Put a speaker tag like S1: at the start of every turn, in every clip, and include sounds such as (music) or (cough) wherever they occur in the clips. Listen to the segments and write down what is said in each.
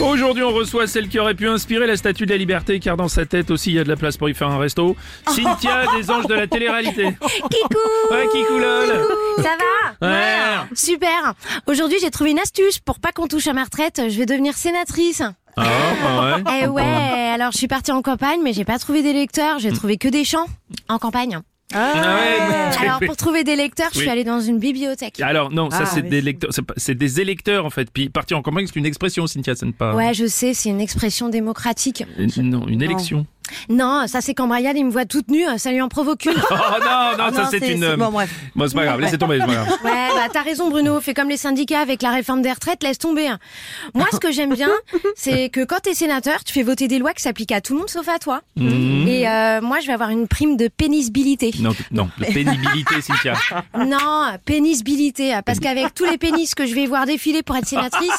S1: Aujourd'hui, on reçoit celle qui aurait pu inspirer la statue de la liberté, car dans sa tête aussi, il y a de la place pour y faire un resto. Cynthia des anges de la télé-réalité.
S2: Kikou
S1: Ouais, Kikou, lol.
S2: Ça va
S1: Ouais.
S2: Super Aujourd'hui, j'ai trouvé une astuce pour pas qu'on touche à ma retraite. Je vais devenir sénatrice.
S1: Ah, ah ouais.
S2: Eh ouais, alors je suis partie en campagne, mais j'ai pas trouvé d'électeurs.
S1: Mm.
S2: J'ai trouvé que des champs
S1: (laughs)
S2: en campagne.
S1: Ah ouais.
S2: Alors pour trouver des lecteurs, je
S1: Oui.
S2: suis allée dans une bibliothèque.
S1: Alors, non, ça
S3: Ah,
S1: c'est
S3: oui.
S1: des lecteurs, c'est pas- c'est des électeurs en fait. Puis partir en campagne, c'est une expression, Cynthia, c'est ne pas.
S2: Ouais, je sais, c'est une expression démocratique.
S1: Euh, Non, une élection.
S2: Non, ça c'est quand Brian il me voit toute nue, ça lui en
S1: (laughs)
S2: provoque une.
S1: Oh non, non,
S3: Ah
S1: ça
S3: non,
S1: c'est
S3: c'est-
S1: une.
S3: c'est-
S1: euh,
S3: bon, bref.
S1: Bon, c'est pas grave, laissez tomber, c'est pas grave.
S2: (laughs) Ouais, bah t'as raison Bruno, fais comme les syndicats avec la réforme des retraites, laisse tomber. hein. Moi ce que j'aime bien, c'est que quand t'es sénateur, tu fais voter des lois qui s'appliquent à tout le monde sauf à toi. Et euh, moi je vais avoir une prime de pénibilité.
S1: Mmh. Non, non, de pénibilité, Cynthia.
S2: Non, pénibilité, parce qu'avec tous les pénis que je vais voir défiler pour être sénatrice,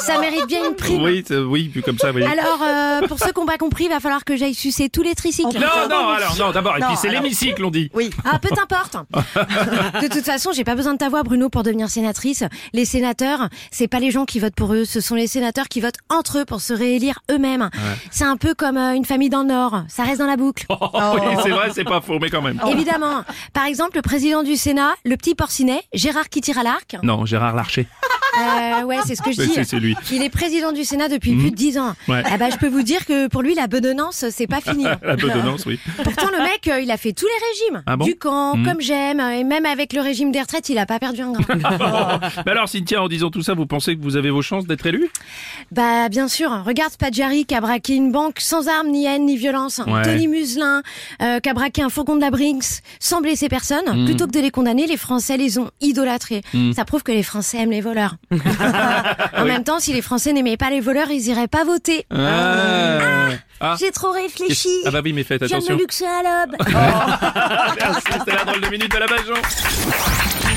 S2: ça mérite bien une prime.
S1: Oui, c'est- oui, puis comme ça, oui.
S2: Alors euh, pour ceux qui n'ont pas compris, il va falloir que j'aille sucer tous les tricycles.
S1: Non, non, alors, non, d'abord, et
S3: Non,
S1: puis c'est
S3: alors-
S1: l'hémicycle, on dit.
S3: Oui.
S2: Ah, peu t'importe. De toute façon, j'ai pas besoin de ta voix, Bruno, pour devenir sénatrice. Les sénateurs, c'est pas les gens qui votent pour eux, ce sont les sénateurs qui votent entre eux pour se réélire eux-mêmes. C'est un peu comme euh, une famille dans le Nord. Ça reste dans la boucle.
S1: Oh, Oui, c'est vrai, c'est pas faux, mais quand même.
S2: Oh. Évidemment. Par exemple, le président du Sénat, le petit porcinet, Gérard qui tire à l'arc.
S1: Non, Gérard Larcher.
S2: Euh, ouais, c'est ce que je
S1: Oui,
S2: dis.
S1: c'est- c'est lui.
S2: Il est président du Sénat depuis plus de 10 ans.
S1: Ouais.
S2: Ah bah, je peux vous dire que pour lui, la bedonnance, c'est pas fini.
S1: (laughs) La
S2: (laughs)
S1: bedonnance, oui.
S2: Pourtant, le mec, euh, il a fait tous les régimes.
S1: Ah bon
S2: du camp, comme j'aime, euh, et même avec le régime des retraites, il a pas perdu
S1: (laughs)
S2: un grain.
S1: Mais alors, Cynthia, en disant tout ça, vous pensez que vous avez vos chances d'être élu
S2: bah, bien sûr, regarde Spadjari qui a braqué une banque sans armes, ni haine, ni violence.
S1: Ouais.
S2: Tony Muselin euh, qui a braqué un fourgon de la Brinks sans blesser personne.
S1: Hmm.
S2: Plutôt que de les condamner, les Français les ont idolâtrés. Ça prouve que les Français aiment
S1: (laughs)
S2: les voleurs. en même temps, si les Français n'aimaient pas les voleurs, ils iraient pas voter.
S1: Ah, Ah.
S2: J'ai trop réfléchi.
S1: Ah bah oui, mais faites Ah,
S2: Je viens de me
S1: attention.
S2: luxer à l'aube.
S1: Merci, c'était la drôle de minute de la Bajon.